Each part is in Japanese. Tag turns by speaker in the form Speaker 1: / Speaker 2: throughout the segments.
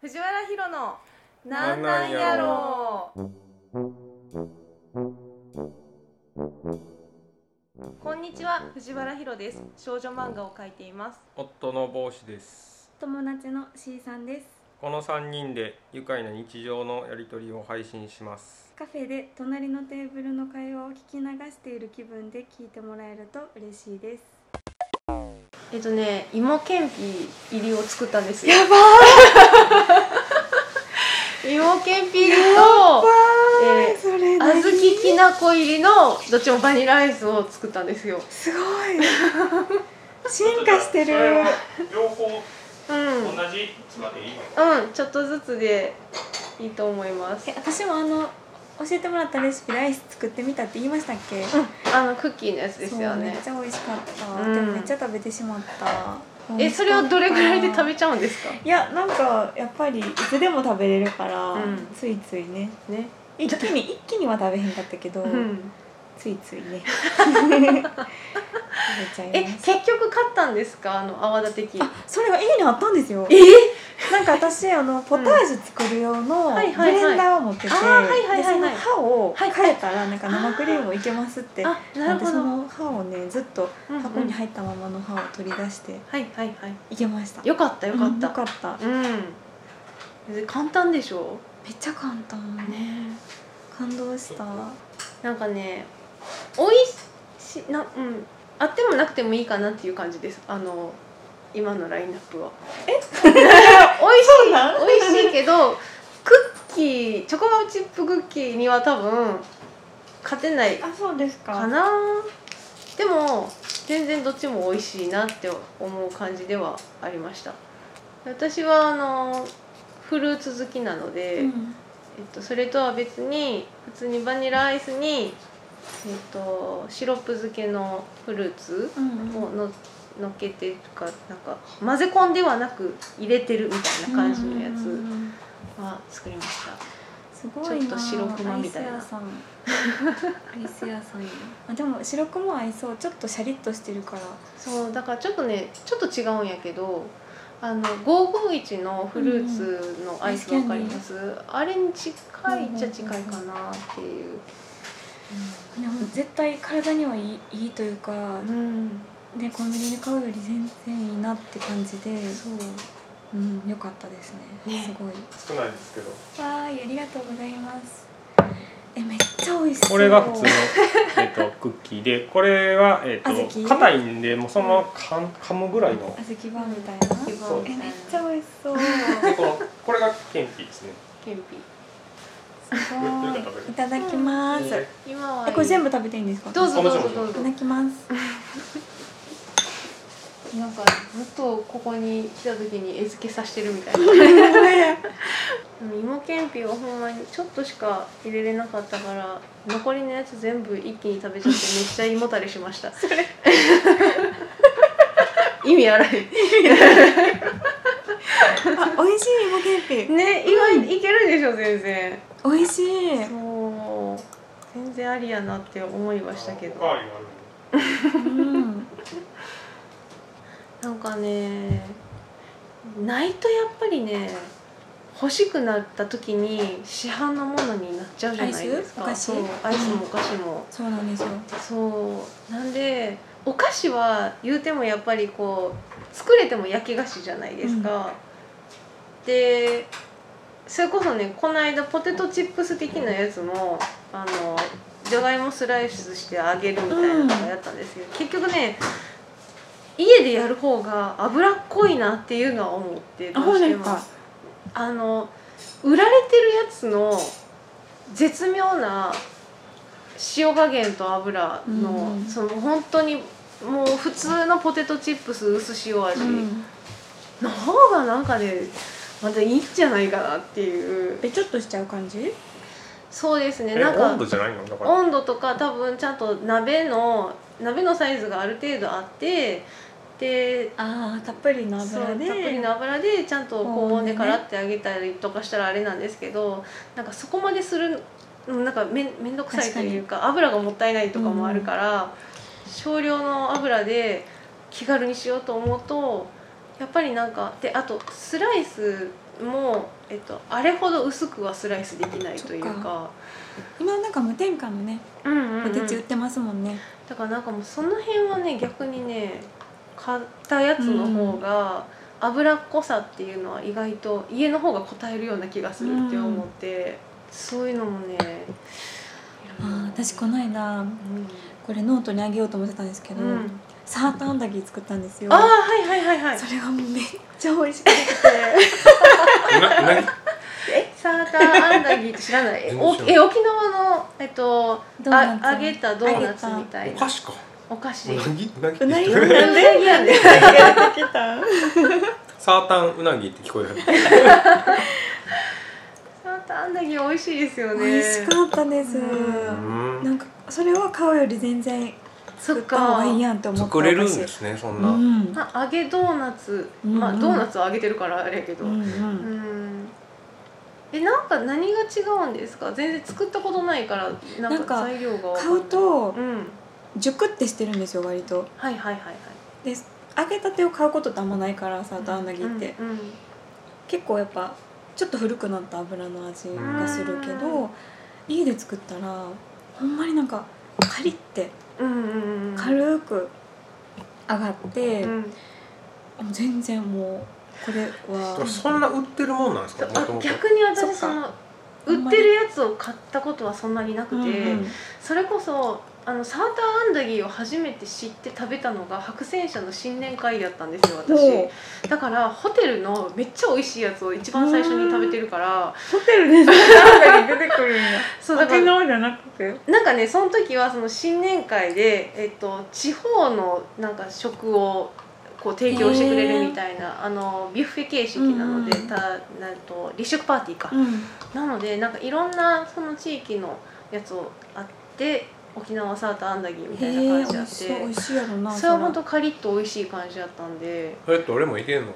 Speaker 1: 藤原ヒロのなんなんやろうこんにちは藤原ヒロです少女漫画を描いています
Speaker 2: 夫の帽子です
Speaker 3: 友達の C さんです
Speaker 2: この3人で愉快な日常のやり取りを配信します
Speaker 3: カフェで隣のテーブルの会話を聞き流している気分で聞いてもらえると嬉しいです
Speaker 1: えっとね芋けんぴ入りを作ったんですよ
Speaker 3: ば
Speaker 1: 芋けんぴ入りとえー
Speaker 3: そ
Speaker 1: 小
Speaker 3: れ
Speaker 1: 豆きなこ入りのどっちもバニラアイスを作ったんですよ
Speaker 3: すごい進化してる
Speaker 2: 両方
Speaker 1: うん
Speaker 2: じ妻でいい
Speaker 1: うん、ちょっとずつでいいと思います
Speaker 3: え。私もあの教えてもらったレシピでアイス作ってみたって言いましたっけ
Speaker 1: あのクッキーのやつですよ
Speaker 3: そうめ
Speaker 1: ね
Speaker 3: っ。ちゃ美味しかった、
Speaker 1: うん
Speaker 3: でもめっちゃ食べてしまった
Speaker 1: え、それはどれくらいで食べ
Speaker 3: ち
Speaker 1: ちゃうんですか。
Speaker 3: いやなんかやっぱりいつでも食べれるから、
Speaker 1: うん
Speaker 3: ついついね
Speaker 1: ね。
Speaker 3: 一気に一気には食べへんかったけど、
Speaker 1: うん。
Speaker 3: ついつい ね食べちゃ
Speaker 1: え、
Speaker 3: いま
Speaker 1: 結
Speaker 3: す
Speaker 1: 局買ったんですか、あの泡立て器。
Speaker 3: あそれが家にあったんですよ
Speaker 1: え、
Speaker 3: なんか私あのポタージュ作る用のブ
Speaker 1: はいはいはい
Speaker 3: レンダーを持ってて、
Speaker 1: あーはいはい
Speaker 3: で
Speaker 1: はい
Speaker 3: そ
Speaker 1: は
Speaker 3: の
Speaker 1: い
Speaker 3: 歯を
Speaker 1: はいはい
Speaker 3: 変えたらなんか生クリームいけますって、
Speaker 1: あ、な
Speaker 3: なん
Speaker 1: る
Speaker 3: で
Speaker 1: ほ
Speaker 3: そ
Speaker 1: ど。
Speaker 3: の歯をねずっと
Speaker 1: うんうん
Speaker 3: 箱に入ったままの歯を取り出して
Speaker 1: はいはいはい。
Speaker 3: いけました
Speaker 1: よかったよか
Speaker 3: うん
Speaker 1: っ
Speaker 3: よ
Speaker 1: た。
Speaker 3: かった
Speaker 1: うん。で簡単でしょ
Speaker 3: めっちゃ簡単
Speaker 1: ね。
Speaker 3: 感動した
Speaker 1: なんかね。おいし、な、うん。あってもなくてもいいかなっていう感じです。あの。今のラインナップは。 おいしい
Speaker 3: そうなん
Speaker 1: 美味しいけどクッキーチョコチップクッキーには多分勝てない
Speaker 3: あそうですか
Speaker 1: かなでも全然どっちも美味しいなって思う感じではありました私はあのフルーツ好きなので、
Speaker 3: う
Speaker 1: えっ
Speaker 3: ん
Speaker 1: と、それとは別に普通にバニラアイスに、えっと、シロップ漬けのフルーツ
Speaker 3: うん
Speaker 1: をののっけてとかなんか混ぜ込んではなく入れてるみたいな感じのやつ。
Speaker 3: うんうんうん
Speaker 1: は作りました。
Speaker 3: すごいな
Speaker 1: ちょっと白クマみたいな
Speaker 3: アイス屋さんアイス屋さんやあでも白クマ合いそうちょっとシャリッとしてるから
Speaker 1: そうだからちょっとねちょっと違うんやけど、あの551のフルーツのアイス
Speaker 3: うん
Speaker 1: わ
Speaker 3: うん
Speaker 1: かります？あれに近いっちゃ近いかなっていう。
Speaker 3: でも絶対体にはいいいいというか、
Speaker 1: うん、
Speaker 3: ねコンビニで買うより全然いいなって感じで
Speaker 1: そう。
Speaker 3: うん良かったですね
Speaker 1: ね
Speaker 3: すごい
Speaker 2: 少ないですけど
Speaker 3: わーいありがとうございますえめっちゃ美味しそう
Speaker 2: これが普通のえっとクッキーでこれはえっ
Speaker 3: 小
Speaker 2: と
Speaker 3: 豆
Speaker 2: 硬いんでもうそのままかん噛むぐらいの
Speaker 3: 小豆バーみたいな
Speaker 2: そう
Speaker 3: えめっちゃ美味しそう
Speaker 2: でこのこれがケンピーですね
Speaker 1: ケンピ。
Speaker 3: すご いいただきます、
Speaker 2: で
Speaker 1: 今は
Speaker 3: えこれ全
Speaker 1: 部
Speaker 3: 部食べていいんですか
Speaker 1: どうぞどうぞ
Speaker 2: あもち
Speaker 1: ど
Speaker 2: ろん
Speaker 1: う
Speaker 3: い
Speaker 1: ぞ
Speaker 3: た。だきます
Speaker 1: なんかずっとここに来た時に餌付けさせてるみ たいな。でも芋けんぴはほんまにちょっとしか入れれなかったから残りのやつ全部一気に食べちゃってめっちゃ胃もたれしました 意味あらへん
Speaker 3: あ美味しい芋けんぴ
Speaker 1: ね今いけるでしょ全然
Speaker 3: 美味しい
Speaker 1: そう全然ありやなって思いはしたけど
Speaker 2: おかわりがあるんで
Speaker 3: うん
Speaker 1: なんかねないとやっぱりね欲しくなった時に市販のものになっちゃうじゃないですか
Speaker 3: アイス
Speaker 1: そう
Speaker 3: お
Speaker 1: ア
Speaker 3: 菓子
Speaker 1: イスもお菓子も、
Speaker 3: そうなんですよ
Speaker 1: そうなんでお菓子は言うてもやっぱりこう作れても焼き菓子じゃないですか、でそれこそねこの間ポテトチップス的なやつもあのじゃがいもスライスして揚げるみたいなのがやったんですけど、結局ね家でやる方が脂っこいなっていうのは思って
Speaker 3: あ
Speaker 1: ど
Speaker 3: そう
Speaker 1: うし
Speaker 3: で
Speaker 1: て
Speaker 3: す
Speaker 1: も
Speaker 3: か
Speaker 1: あの売られてるやつの絶妙な塩加減と油の、
Speaker 3: うん
Speaker 1: その本当にもう普通のポテトチップス薄塩味
Speaker 3: うん
Speaker 1: の方がなんかねまたいいんじゃないかなっていう
Speaker 3: べちょっとしちゃう感じ
Speaker 1: そうですね
Speaker 2: え
Speaker 1: なんか
Speaker 2: 温度じゃないのだから
Speaker 1: 温度とか多分ちゃんと鍋の鍋のサイズがある程度あってで
Speaker 3: あーたっぷりの
Speaker 1: そう
Speaker 3: 油で
Speaker 1: たっぷりの油でちゃんと高温でからってあげたりとかしたらあれなんですけど、なんかそこまでするうんなんかめんめんどくさいというか油がもったいないとかもあるから、少量の油で気軽にしようと思うとやっぱりなんかであとスライスも、えっと、あれほど薄くはスライスできないというか
Speaker 3: そっ今なんか無添加のね
Speaker 1: うんうんうん
Speaker 3: ポテチ売ってますもんね、
Speaker 1: だからなんかもうその辺はね逆にね買ったやつの方が脂っこさっていうのは意外と家の方が応えるような気がするって思って、そういうのもね
Speaker 3: ああ私この間これノートにあげようと思ってたんですけ
Speaker 1: う
Speaker 3: ど、
Speaker 1: ん、うん、
Speaker 3: サーターアンダギー作ったんですよ
Speaker 1: ああはいはいはいはい
Speaker 3: それがもうめっちゃ美味しくて
Speaker 2: うなう
Speaker 1: え
Speaker 2: なぎ
Speaker 1: サーターアンダギーって知らない
Speaker 2: 全然
Speaker 1: お
Speaker 2: 知らない
Speaker 1: え沖縄のえっと
Speaker 3: ドーナ
Speaker 1: あ
Speaker 3: ツ
Speaker 1: 揚げたドーナツみたい
Speaker 2: お
Speaker 1: な
Speaker 2: 菓子か
Speaker 1: お菓子
Speaker 2: うなぎうなぎって
Speaker 3: うなぎ
Speaker 2: 聞こえる
Speaker 1: なんでやねん
Speaker 3: 出てきた
Speaker 2: サータンうなぎって聞こえる
Speaker 1: サーターアンダギー美味しいですよね
Speaker 3: 美味しかったです、
Speaker 1: う
Speaker 2: うん
Speaker 3: なんかそれは買うより全然
Speaker 1: そっ
Speaker 3: 作った方が
Speaker 1: か
Speaker 3: いいやんって思った
Speaker 2: 作れるんですねそん
Speaker 3: 私う
Speaker 2: な、
Speaker 3: ん、
Speaker 1: まあ揚げドーナツ、
Speaker 3: うんうん
Speaker 1: まあドーナツを揚げてるからあれやけど、
Speaker 3: う
Speaker 1: うん
Speaker 3: んうん
Speaker 1: えなんか何が違うんですか全然作ったことないからな
Speaker 3: なんん
Speaker 1: か
Speaker 3: か
Speaker 1: 材料がわかん
Speaker 3: 買
Speaker 1: ないう
Speaker 3: と
Speaker 1: うん
Speaker 3: 熟ってしてるんですよ割と
Speaker 1: はいはいはいはい
Speaker 3: で揚げたてを買うことってあんまないからサーターアンダギーって、
Speaker 1: うんうん
Speaker 3: 結構やっぱちょっと古くなった油の味がするけ
Speaker 1: う
Speaker 3: ど家で作ったらほんまになんかカリって
Speaker 1: うんうんうん
Speaker 3: 軽く上がって、
Speaker 1: うん
Speaker 3: 全然もうこれは
Speaker 2: そんな売ってるもんなんです
Speaker 1: そ
Speaker 2: か
Speaker 1: う
Speaker 2: も
Speaker 1: あ
Speaker 2: ともと
Speaker 1: 逆に
Speaker 3: そっ
Speaker 1: 私
Speaker 3: か
Speaker 1: その
Speaker 3: ほん
Speaker 1: 売っ
Speaker 3: ま
Speaker 1: て
Speaker 3: に
Speaker 1: るやつを買ったことはそんなになくて、
Speaker 3: うん
Speaker 1: それこそあのサーターアンダギーを初めて知って食べたのが白泉社の新年会やったんですよ
Speaker 3: うん、
Speaker 1: 私。
Speaker 3: もう
Speaker 1: だからホテルのめっちゃ美味しいやつを一番最初に食べてるから
Speaker 3: ホテルでサーターアンダギー出てくるんや
Speaker 1: そうだから
Speaker 3: 縄じゃなくて
Speaker 1: なんかねその時はその新年会で、えっと、地方のなんか食をこう提供してくれるみたいなあのビュッフェ形式なので、
Speaker 3: うんうん
Speaker 1: たなんと立食パーティーか、
Speaker 3: うん
Speaker 1: なのでなんかいろんなその地域のやつをあって沖縄サーターアンダギーみたい
Speaker 3: へえ
Speaker 1: な
Speaker 3: 美
Speaker 1: 感じあっ
Speaker 3: 味しそう美
Speaker 1: て
Speaker 3: 味しいやろな
Speaker 1: それは
Speaker 3: れ
Speaker 1: 本当カリッと美味しい感じだったん で
Speaker 2: それって俺もいけんの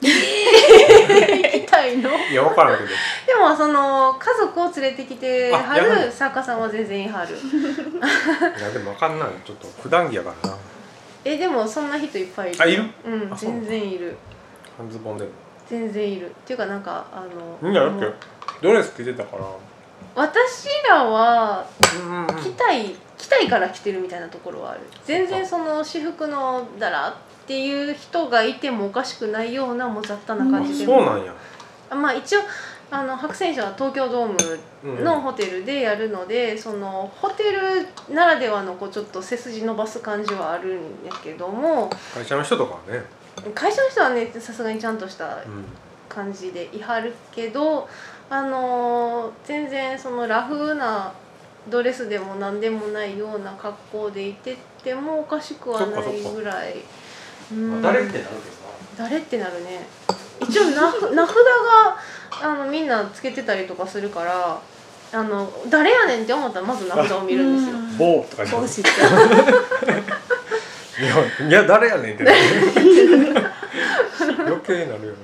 Speaker 1: 行きたいの
Speaker 2: いや分からんけど
Speaker 1: でもその家族を連れてきては
Speaker 2: あやは
Speaker 1: る
Speaker 2: り
Speaker 1: 作家さんは全然いはる
Speaker 2: いやでも分かんないちょっと普段着やからな
Speaker 1: えでもそんな人いっぱいいる
Speaker 2: あいる
Speaker 1: うん
Speaker 2: あそう
Speaker 1: 全然いる
Speaker 2: 半ズボンでも
Speaker 1: 全然いるっていうかなんかあの
Speaker 2: みんなだ
Speaker 1: も
Speaker 2: っ
Speaker 1: う
Speaker 2: てドレス着てたから
Speaker 1: 私らは
Speaker 2: うんうん
Speaker 1: 着たい着たいから着てるみたいなところはある全然その私服のだらっていう人がいてもおかしくないようなもう雑多な感
Speaker 2: あ
Speaker 1: じで、
Speaker 2: そうなんや
Speaker 1: あまあ一応あの白泉社は東京ドーム
Speaker 2: うん
Speaker 1: のホテルでやるので、そのホテルならではのこうちょっと背筋伸ばす感じはあるんやけども
Speaker 2: 会社の人とかはね
Speaker 1: 会社の人はねさすがにちゃんとした
Speaker 2: うん
Speaker 1: 感じでいはるけど、あのー全然そのラフなドレスでも何でもないような格好でいてってもおかしくはな
Speaker 2: そっか
Speaker 1: い
Speaker 2: そっか
Speaker 1: ぐらい。うん
Speaker 2: なる
Speaker 1: 誰ってなるね一応名札名札があのみんなつけてたりとかするからあの誰やねんって思ったらまず名札を見るんですよ
Speaker 2: けどな某とかじゃ
Speaker 3: 帽
Speaker 2: な
Speaker 3: 子って
Speaker 2: いいやいや誰やねんってなる 余計なるよね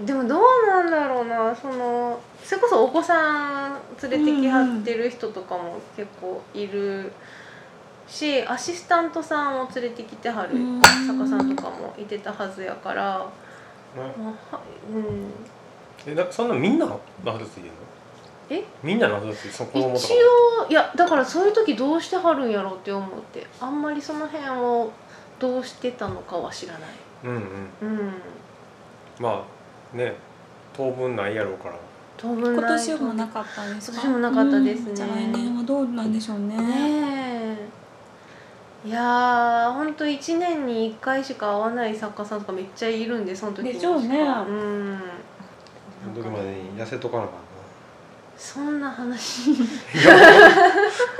Speaker 1: でもどうなんだろうなそのそれこそお子さん連れてきはってる人とかも結構いるしアシスタントさんを連れてきてはる
Speaker 3: うん
Speaker 1: 作家さんとかもいてたはずやから、まあはうん、
Speaker 2: えだそんなみんな何冊いるの
Speaker 1: え
Speaker 2: みんな何冊いるその子
Speaker 1: 一
Speaker 2: 供とか
Speaker 1: 応いやだからそういう時どうしてはるんやろうって思ってあんまりその辺をどうしてたのかは知らない
Speaker 2: うんうん
Speaker 1: うん
Speaker 2: まあね当分ないやろうから
Speaker 1: 当分
Speaker 3: 今
Speaker 1: ない
Speaker 3: 年もなかったですか
Speaker 1: 今年もなかったですね
Speaker 3: うんじゃあ来年はどうなんでしょうね
Speaker 1: ねえいやーほんと1年に1回しか会わない作家さんとかめっちゃいるんでその時に
Speaker 3: でしょうね
Speaker 1: うんなん
Speaker 2: ど
Speaker 1: か
Speaker 2: こまでに痩せとかなあかん
Speaker 1: そんな話
Speaker 2: な分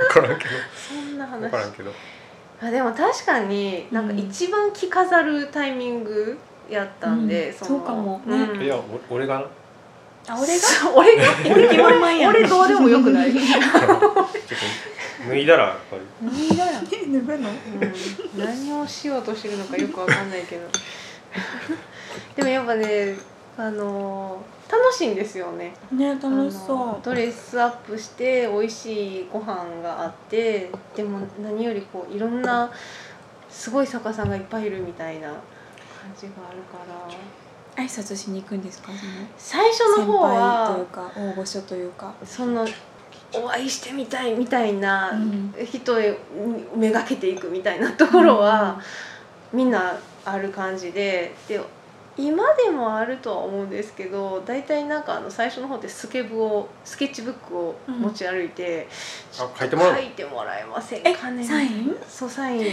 Speaker 2: からんけど
Speaker 1: そんな
Speaker 2: 分
Speaker 1: 話
Speaker 2: からんけど
Speaker 1: あでも確かになんか一番着飾るタイミングやったんで、
Speaker 3: うん
Speaker 1: の
Speaker 3: そうかもね
Speaker 1: うん
Speaker 2: いやお俺がな
Speaker 3: あ
Speaker 1: 俺
Speaker 3: 俺
Speaker 1: が
Speaker 3: が
Speaker 1: 俺が
Speaker 3: 俺が俺が
Speaker 1: 俺どうでもよくない、 うん、
Speaker 2: ちょっと脱いだらやっぱり
Speaker 3: 脱がや脱ぐの
Speaker 1: 何をしようとしてるのかよくわかんないけどでもやっぱねあのー楽しいんですよね
Speaker 3: ね楽し
Speaker 1: あ
Speaker 3: そ
Speaker 1: のドレスアップして美味しいご飯があってでも何よりこういろんなすごい作家さんがいっぱいいるみたいな感じがあるから
Speaker 3: 挨拶しに行くんですか
Speaker 1: 最
Speaker 3: その
Speaker 1: 初の方
Speaker 3: 先輩とい
Speaker 1: は
Speaker 3: うか大御所というか
Speaker 1: そのお会いしてみたいみたいな
Speaker 3: うん
Speaker 1: 人へめがけていくみたいなところは、みんなある感じでで今でもあるとは思うんですけど大体なんかあの最初の方でスケブをスケッチブックを持ち歩いて、
Speaker 2: あ書いてもらう
Speaker 1: 書いてもらえません
Speaker 3: え
Speaker 1: かね
Speaker 3: サイン
Speaker 1: そうサイン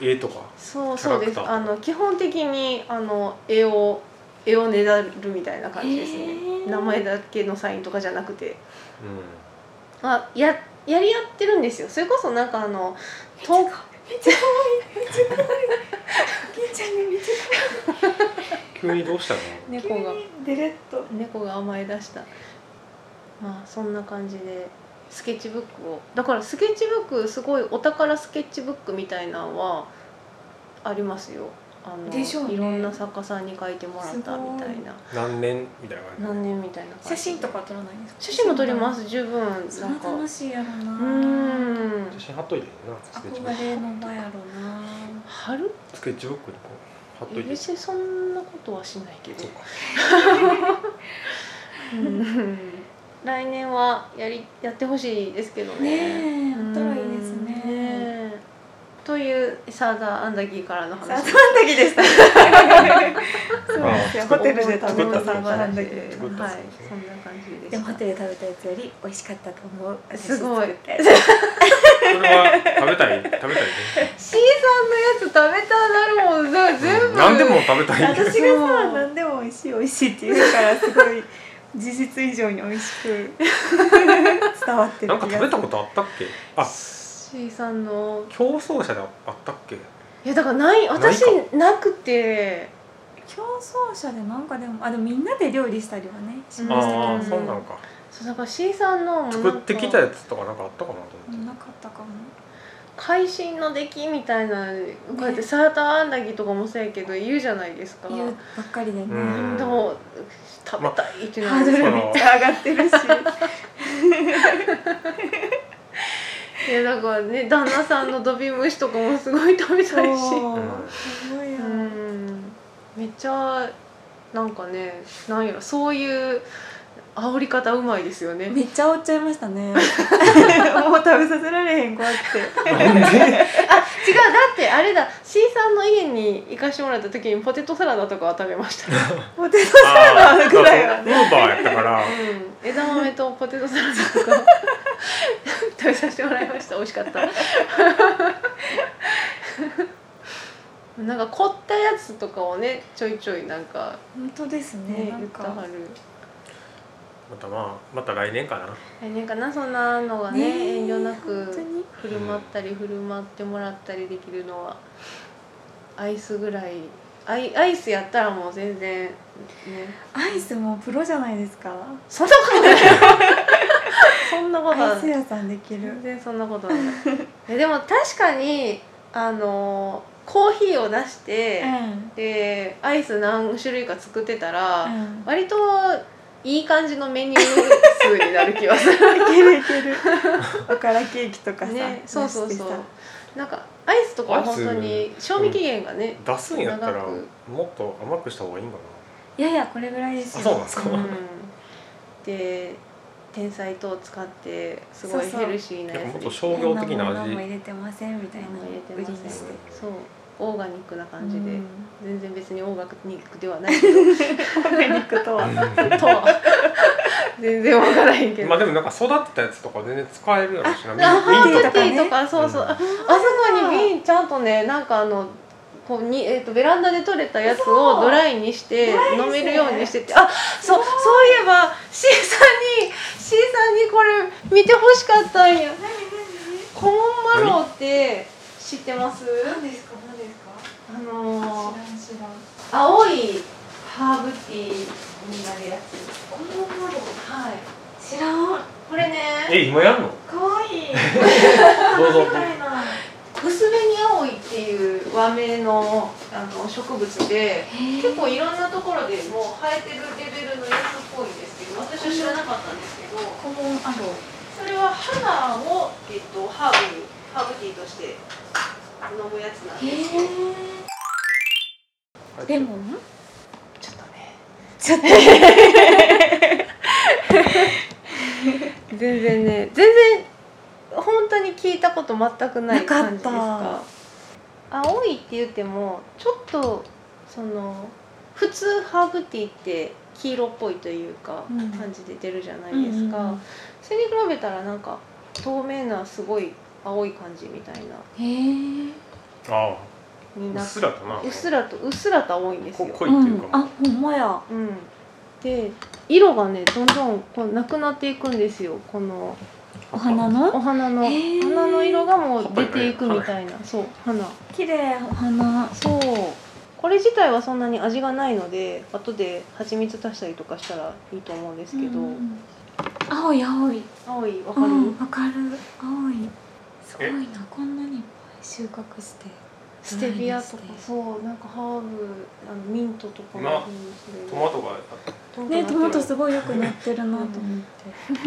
Speaker 2: 絵とか
Speaker 1: そう
Speaker 2: キャ
Speaker 1: そ
Speaker 2: ラ
Speaker 1: う
Speaker 2: ク
Speaker 1: です
Speaker 2: ター
Speaker 1: あの基本的にあの絵を絵をねだるみたいな感じですね
Speaker 3: へー
Speaker 1: 名前だけのサインとかじゃなくて
Speaker 2: う
Speaker 1: あややり合ってるんですよそれこそなんかあの
Speaker 3: め
Speaker 1: 東
Speaker 3: っちゃ可愛いめっちゃ可愛い銀ちゃんがめっち
Speaker 2: ん急にどうしたの
Speaker 1: 猫が
Speaker 3: デレッと
Speaker 1: 猫が甘え出したまあそんな感じでスケッチブックをだからスケッチブックすごいお宝スケッチブックみたいなのはありますよあの
Speaker 3: でしょうね
Speaker 1: いろんな作家さんに書いてもらったみたいな
Speaker 2: 何年みたいな感
Speaker 1: 何年みたいな感じ
Speaker 3: 写真とか撮らないんですか
Speaker 1: 写真も撮ります十分なんか
Speaker 3: それは楽しいやろな
Speaker 1: うーん
Speaker 2: じ写真貼っといていいなスケッチブッ
Speaker 3: 憧れの場やろな
Speaker 1: 貼る
Speaker 2: クスケッチブックにこう貼っといて
Speaker 1: 別にそんなことはしないけど
Speaker 2: そうか
Speaker 1: うん来年はやりやってほしいですけどね
Speaker 3: ねえ
Speaker 1: う
Speaker 3: あ
Speaker 1: ん
Speaker 3: ったらいいですね
Speaker 1: ねえというサーダーアンダギーからの
Speaker 3: さあ、
Speaker 1: 話
Speaker 3: その時でした。 そうなんですよ。
Speaker 2: あ
Speaker 3: ホテルで食べ
Speaker 2: 作
Speaker 3: た
Speaker 2: った
Speaker 3: サーバーなんだけど。
Speaker 2: 作った
Speaker 1: はいそんな感じで
Speaker 4: でもホ
Speaker 1: す
Speaker 4: テルで食べたやつより美味しかったと思う私
Speaker 1: すごい
Speaker 4: 作って
Speaker 2: それは食べたい食べたいね
Speaker 1: C さんのやつ食べたなるもんだ全部
Speaker 2: 何でも食べたい
Speaker 3: 私がさ何でも美味しい美味しいって言うからすごい事実以上に美味し く伝わってる
Speaker 2: なん
Speaker 3: 気
Speaker 2: か食
Speaker 3: が
Speaker 2: べたことあったっけあ
Speaker 1: C さんの
Speaker 2: 競争者であったっけ
Speaker 1: いやだからない私なくて
Speaker 3: 競争者でなんかでもあでもみんなで料理したりはねしましたけど
Speaker 2: あ
Speaker 1: う
Speaker 2: あ
Speaker 1: ん
Speaker 2: そうなんか
Speaker 1: そうだから C さんのもなんか
Speaker 2: 作ってきたやつとかなんかあったかなと思って
Speaker 3: なかったかも
Speaker 1: 会心の出来みたいなこうやってサーターアンダギーとかもそうやけど言うじゃないですか。
Speaker 3: 言うばっかりでね、
Speaker 2: うん
Speaker 1: でも食べたいってな
Speaker 3: ハード
Speaker 1: る、
Speaker 3: ルめっちゃ上がってるし
Speaker 1: いやだからね旦那さんのドビムシとかもすごい食べた いしう
Speaker 3: そう
Speaker 2: うん
Speaker 3: すごいよ、
Speaker 1: んめっちゃなんかねなんやろそういう煽り方うまいですよね
Speaker 3: めっちゃ煽っちゃいましたね もう食べさせられへん怖くて
Speaker 1: 違うだってあれだ C さんの家に行かしてもらった時にポテトサラダとかは食べました、う
Speaker 3: ポテトサラダぐらいは
Speaker 2: ウーバーやったから
Speaker 1: ん、枝豆とポテトサラダとか食べさせてもらいました美味しかったなんか凝ったやつとかをねちょいちょいなんか
Speaker 3: 本当です
Speaker 1: ね
Speaker 3: ねな
Speaker 1: 言
Speaker 3: ん
Speaker 1: った
Speaker 3: か
Speaker 1: はる
Speaker 2: またまあまた来年かな
Speaker 1: 来年かなそんなのがね遠慮なく振る舞ったり振る舞ってもらったりできるのはアイスぐらいアイアイスやったらもう全然ね
Speaker 3: アイスもプロじゃないですか
Speaker 1: そんなことない そんなこと
Speaker 3: アイ
Speaker 1: は
Speaker 3: ス屋さんできる
Speaker 1: 全然そんなことない えでも確かにあのコーヒーを出して、
Speaker 3: うん
Speaker 1: でアイス何種類か作ってたら、
Speaker 3: うん
Speaker 1: 割といい感じのメニュー数になる気は する
Speaker 3: いけるいけるおからケーキとかさ、
Speaker 1: ね、そうそうそう
Speaker 3: 出してさ
Speaker 1: なんかアイスとかは本当に賞味期限がね、
Speaker 2: 出すんやったら
Speaker 1: 長く
Speaker 2: もっと甘くした方がいいんか
Speaker 3: いやいやこれぐらいです
Speaker 2: なあそ
Speaker 3: よ
Speaker 2: うなんですか、
Speaker 1: うん
Speaker 2: い
Speaker 1: で天才糖を使ってすごいヘルシーな
Speaker 2: や
Speaker 1: やつ
Speaker 2: もっ
Speaker 1: に
Speaker 2: と商業的な
Speaker 4: 何
Speaker 2: 味
Speaker 4: も入れてませんみたいな
Speaker 1: 入れて
Speaker 4: 売り
Speaker 1: ま
Speaker 4: に
Speaker 1: す
Speaker 4: して
Speaker 1: ねそうオーガニックな感じで、
Speaker 3: うん
Speaker 1: 全然別にオーガニックではないけど
Speaker 3: オーガニックとは
Speaker 1: と は全然わからへんけど、
Speaker 2: まあでもなんか育てたやつとか全然使えるやろしな
Speaker 1: あハ
Speaker 2: ミ
Speaker 1: ー
Speaker 2: ント
Speaker 1: ブテ
Speaker 2: とか
Speaker 1: ィーとかそうそう、
Speaker 2: うん
Speaker 1: ああそこに瓶ちゃんとねなんかあのこうにえっとベランダで採れたやつをドライにして飲めるようにしててあそうそういえば C さんに C さんにこれ見てほしかったんやコモンマローって知ってます
Speaker 3: 何ですか何ですか
Speaker 1: あのー
Speaker 3: 知らん知らん
Speaker 1: 青いハーブティーになるやつ
Speaker 3: このマロ
Speaker 1: はい
Speaker 3: 知らん
Speaker 1: これね
Speaker 2: え今やんの
Speaker 3: 可愛いい
Speaker 2: どうぞ
Speaker 3: みたいな
Speaker 1: 薄紅青いっていう和名のあの植物で結構いろんなところでもう生えてるレベルのやつっぽいんですけど私は知らなかったんですけど
Speaker 3: コモンアロ
Speaker 1: それは花を、えっと、ハーブにハーブティーとして飲むやつなんですけど
Speaker 3: レモン
Speaker 1: ちょっとね
Speaker 3: ちゃった
Speaker 1: 全然ね全然本当に聞いたこと全くない感じですか
Speaker 3: なか
Speaker 1: 青いって言ってもちょっとその普通ハーブティーって黄色っぽいというか、
Speaker 3: うん
Speaker 1: 感じで出るじゃないですか、
Speaker 3: うんうんうん
Speaker 1: それに比べたらなんか透明なすごい青い感じみたいな
Speaker 3: へえ
Speaker 2: あ
Speaker 1: に
Speaker 2: あう
Speaker 1: な
Speaker 2: っ
Speaker 1: っ
Speaker 2: すらとな
Speaker 1: うっすらとうっすらと青いんです
Speaker 2: こ
Speaker 1: よ。
Speaker 2: 濃いというか、
Speaker 3: あほんまや
Speaker 1: うん、で色がねどんどんこうなくなっていくんですよこの
Speaker 3: お花の
Speaker 1: お花の
Speaker 3: へー
Speaker 1: 花の色がもう出ていくみたいなそう花
Speaker 3: 綺麗お花
Speaker 1: そうこれ自体はそんなに味がないので後で蜂蜜足したりとかしたらいいと思うんですけど、
Speaker 3: うん青い青い
Speaker 1: 青いわか
Speaker 3: う
Speaker 1: る、
Speaker 3: んわかる青いすご
Speaker 2: え
Speaker 3: いなこんなにいっぱい収穫して
Speaker 1: ステビアとか
Speaker 3: ないです
Speaker 1: そうなんかハーブあのミントとか
Speaker 2: な
Speaker 1: もそ
Speaker 2: ト
Speaker 1: れ
Speaker 2: マトが
Speaker 3: ねトマトす
Speaker 1: ご
Speaker 3: ごいよくなってるなと思って
Speaker 2: 何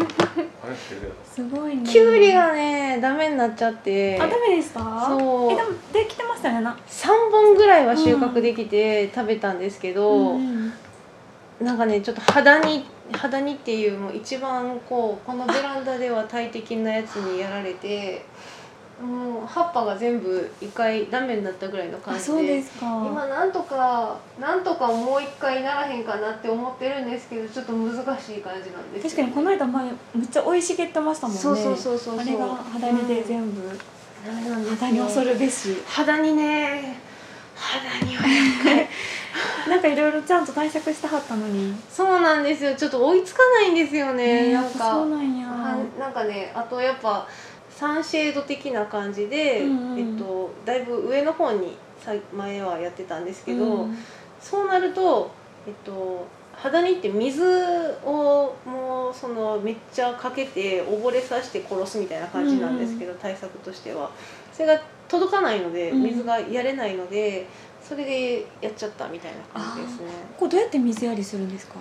Speaker 2: してるやろ
Speaker 3: すごいね
Speaker 1: きゅうりがねダメになっちゃって
Speaker 3: あダメでした
Speaker 1: そう
Speaker 3: えでもできてましたよねな
Speaker 1: 3本ぐらいは収穫できて食べたんですけど、
Speaker 3: うん
Speaker 1: なんかねちょっと肌に肌にっていうもう一番こうこのベランダでは大敵なやつにやられてもう葉っぱが全部一回ダメになったぐらいの感
Speaker 3: あ
Speaker 1: じで
Speaker 3: そうですか
Speaker 1: 今なんとかなんとかもう一回ならへんかなって思ってるんですけどちょっと難しい感じなんです
Speaker 3: 確かにこの間前めっちゃ生い茂ってましたもんね
Speaker 1: そうそうそうそうそう
Speaker 3: あれが肌にで全部、
Speaker 1: ダメなんですよ
Speaker 3: 肌に恐るべし
Speaker 1: 肌にね肌には厄介
Speaker 3: なんかいろいろちゃんと対策してはったのに
Speaker 1: そうなんですよちょっと追いつかないんですよね、
Speaker 3: えー
Speaker 1: なんか
Speaker 3: そうなんや
Speaker 1: はなんかねあとやっぱサンシェード的な感じで、
Speaker 3: うんうん
Speaker 1: えっと、だいぶ上の方にさ前はやってたんですけど、
Speaker 3: うん
Speaker 1: そうなると、えっと、肌にって水をもうそのめっちゃかけて溺れさせて殺すみたいな感じなんですけど、対策としてはそれが届かないので
Speaker 3: うん
Speaker 1: 水がやれないので、それでやっちゃったみたいな感じですね。
Speaker 3: こうどうやって水やりするんですか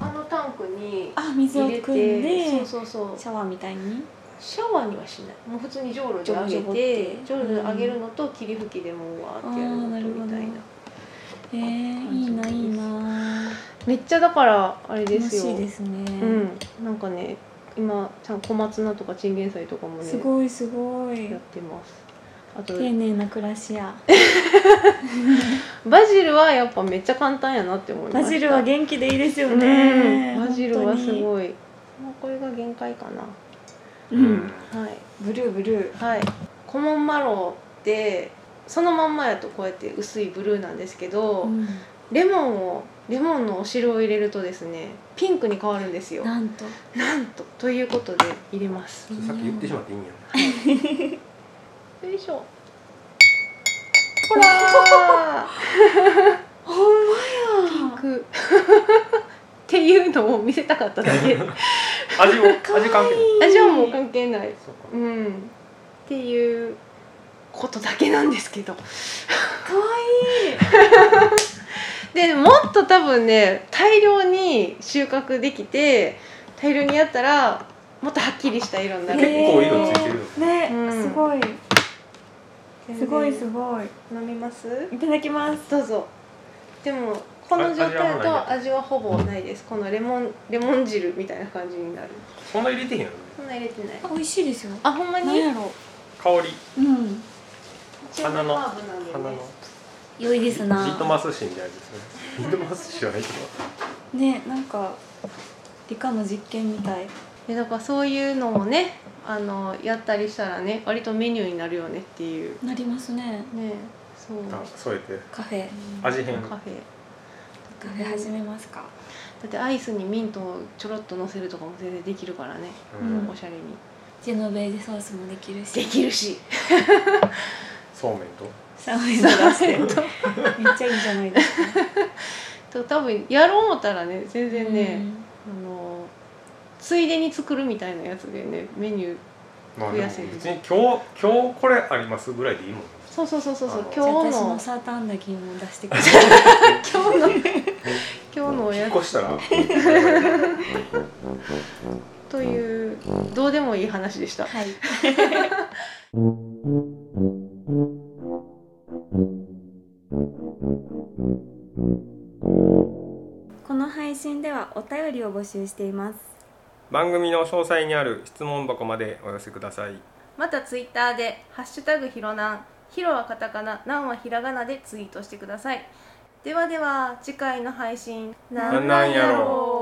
Speaker 1: あのタンクに
Speaker 3: あ水を
Speaker 1: 入れ
Speaker 3: 汲
Speaker 1: て
Speaker 3: んで
Speaker 1: そうそうそう
Speaker 3: シャワーみたいに
Speaker 1: シャワーにはしないもう普通にじょうろで上げ
Speaker 3: 上下
Speaker 1: て
Speaker 3: って
Speaker 1: じょうろで上げるのと霧吹きでもうわーってやる
Speaker 3: あーなるほど
Speaker 1: のとみたいな
Speaker 3: えー、
Speaker 1: 感
Speaker 3: いい
Speaker 1: じで
Speaker 3: な
Speaker 1: す
Speaker 3: いいな
Speaker 1: めっちゃだからあれで
Speaker 3: 楽
Speaker 1: す
Speaker 3: し
Speaker 1: よ
Speaker 3: いですね、
Speaker 1: うんなんかね今ちゃん小松菜とかチンゲン菜とかもね
Speaker 3: すごいすごい
Speaker 1: やってますあと
Speaker 3: 丁寧な暮らしや
Speaker 1: バジルはやっぱめっちゃ簡単やなって思いました
Speaker 3: バジルは元気でいいですよね
Speaker 1: ねバジルはす
Speaker 3: い、
Speaker 1: ごいもうこれが限界かな
Speaker 3: う
Speaker 2: うんん、
Speaker 1: はい
Speaker 3: ブルーブルー
Speaker 1: はい、コモンマロウってそのまんまやとこうやって薄いブルーなんですけど、
Speaker 3: うん
Speaker 1: レモンをレモンのお汁を入れるとですねピンクに変わるんですよ
Speaker 3: なんと
Speaker 1: なんとということで入れます
Speaker 2: さっき言ってしまっていいんや
Speaker 1: よいしょほら
Speaker 3: ほんまや
Speaker 1: ーピンクっていうのを見せたかっただ け
Speaker 2: 味も味
Speaker 3: かわいい
Speaker 2: 関係ない
Speaker 1: 味はもう関係ない
Speaker 2: そうか
Speaker 1: うんっていうことだけなんですけど
Speaker 3: かわいい
Speaker 1: でもっと多分ね大量に収穫できて大量にやったらもっとはっきりした色になる、
Speaker 2: 結構色ついてるよ
Speaker 3: ね、
Speaker 1: うん
Speaker 3: すごい
Speaker 1: 全然
Speaker 3: すごいすごい
Speaker 1: 飲みます
Speaker 3: いただきます
Speaker 1: どうぞでもこの状態だと味はほぼないですこのレモンレモン汁みたいな感じになる
Speaker 2: そんな入れてへんやろ
Speaker 1: そんな入れてない
Speaker 3: 美味しいですよ
Speaker 1: あほんま
Speaker 3: 何
Speaker 1: に
Speaker 3: やろ
Speaker 2: 香り
Speaker 3: うん
Speaker 1: 一応
Speaker 2: 花の
Speaker 1: ハーブなんでね
Speaker 2: 花の
Speaker 4: 良いですな
Speaker 2: リトマス紙みたいなやつですねリトマス紙はないけど
Speaker 3: ねなんか理科の実験みたい
Speaker 1: でだからそういうのもねあのやったりしたらね割とメニューになるよねっていう
Speaker 3: なりますね
Speaker 1: ねそう
Speaker 2: あ添えて
Speaker 3: カフェ
Speaker 2: 味変
Speaker 1: カフェ
Speaker 3: カフェ始めますか
Speaker 1: だってアイスにミントをちょろっと乗せるとかも全然できるからね、
Speaker 2: うん
Speaker 1: おしゃれに
Speaker 3: ジェノベーゼソースもできるし
Speaker 1: できる し
Speaker 2: そうめんと
Speaker 3: サウエンド出 してめっちゃいいじゃないですか
Speaker 1: と多分やろう思ったらね全然ね、あのついでに作るみたいなやつでねメニュー
Speaker 2: まあ
Speaker 1: 増
Speaker 2: でも
Speaker 1: や
Speaker 2: 別
Speaker 1: せる
Speaker 2: に今日今日これありますぐらいでいいもんね
Speaker 1: そうそうそうそうそう
Speaker 3: うん、じゃあ
Speaker 1: 今日
Speaker 3: 私の
Speaker 1: の
Speaker 3: サーターアンダギーも出してくれ
Speaker 1: 今日の今日のお
Speaker 2: 引
Speaker 1: や
Speaker 2: っ
Speaker 1: つ
Speaker 2: 越したら
Speaker 1: というどうでもいい話でした。
Speaker 3: はい この配
Speaker 4: お便りを募集しています
Speaker 2: 番組の詳細にある質問箱までお寄せください
Speaker 1: またツイッターで「ハッシュタグひろなん」ひろはカタカナ、なんはひらがなでツイートしてください。ではでは次回の配信
Speaker 2: なんなんやろう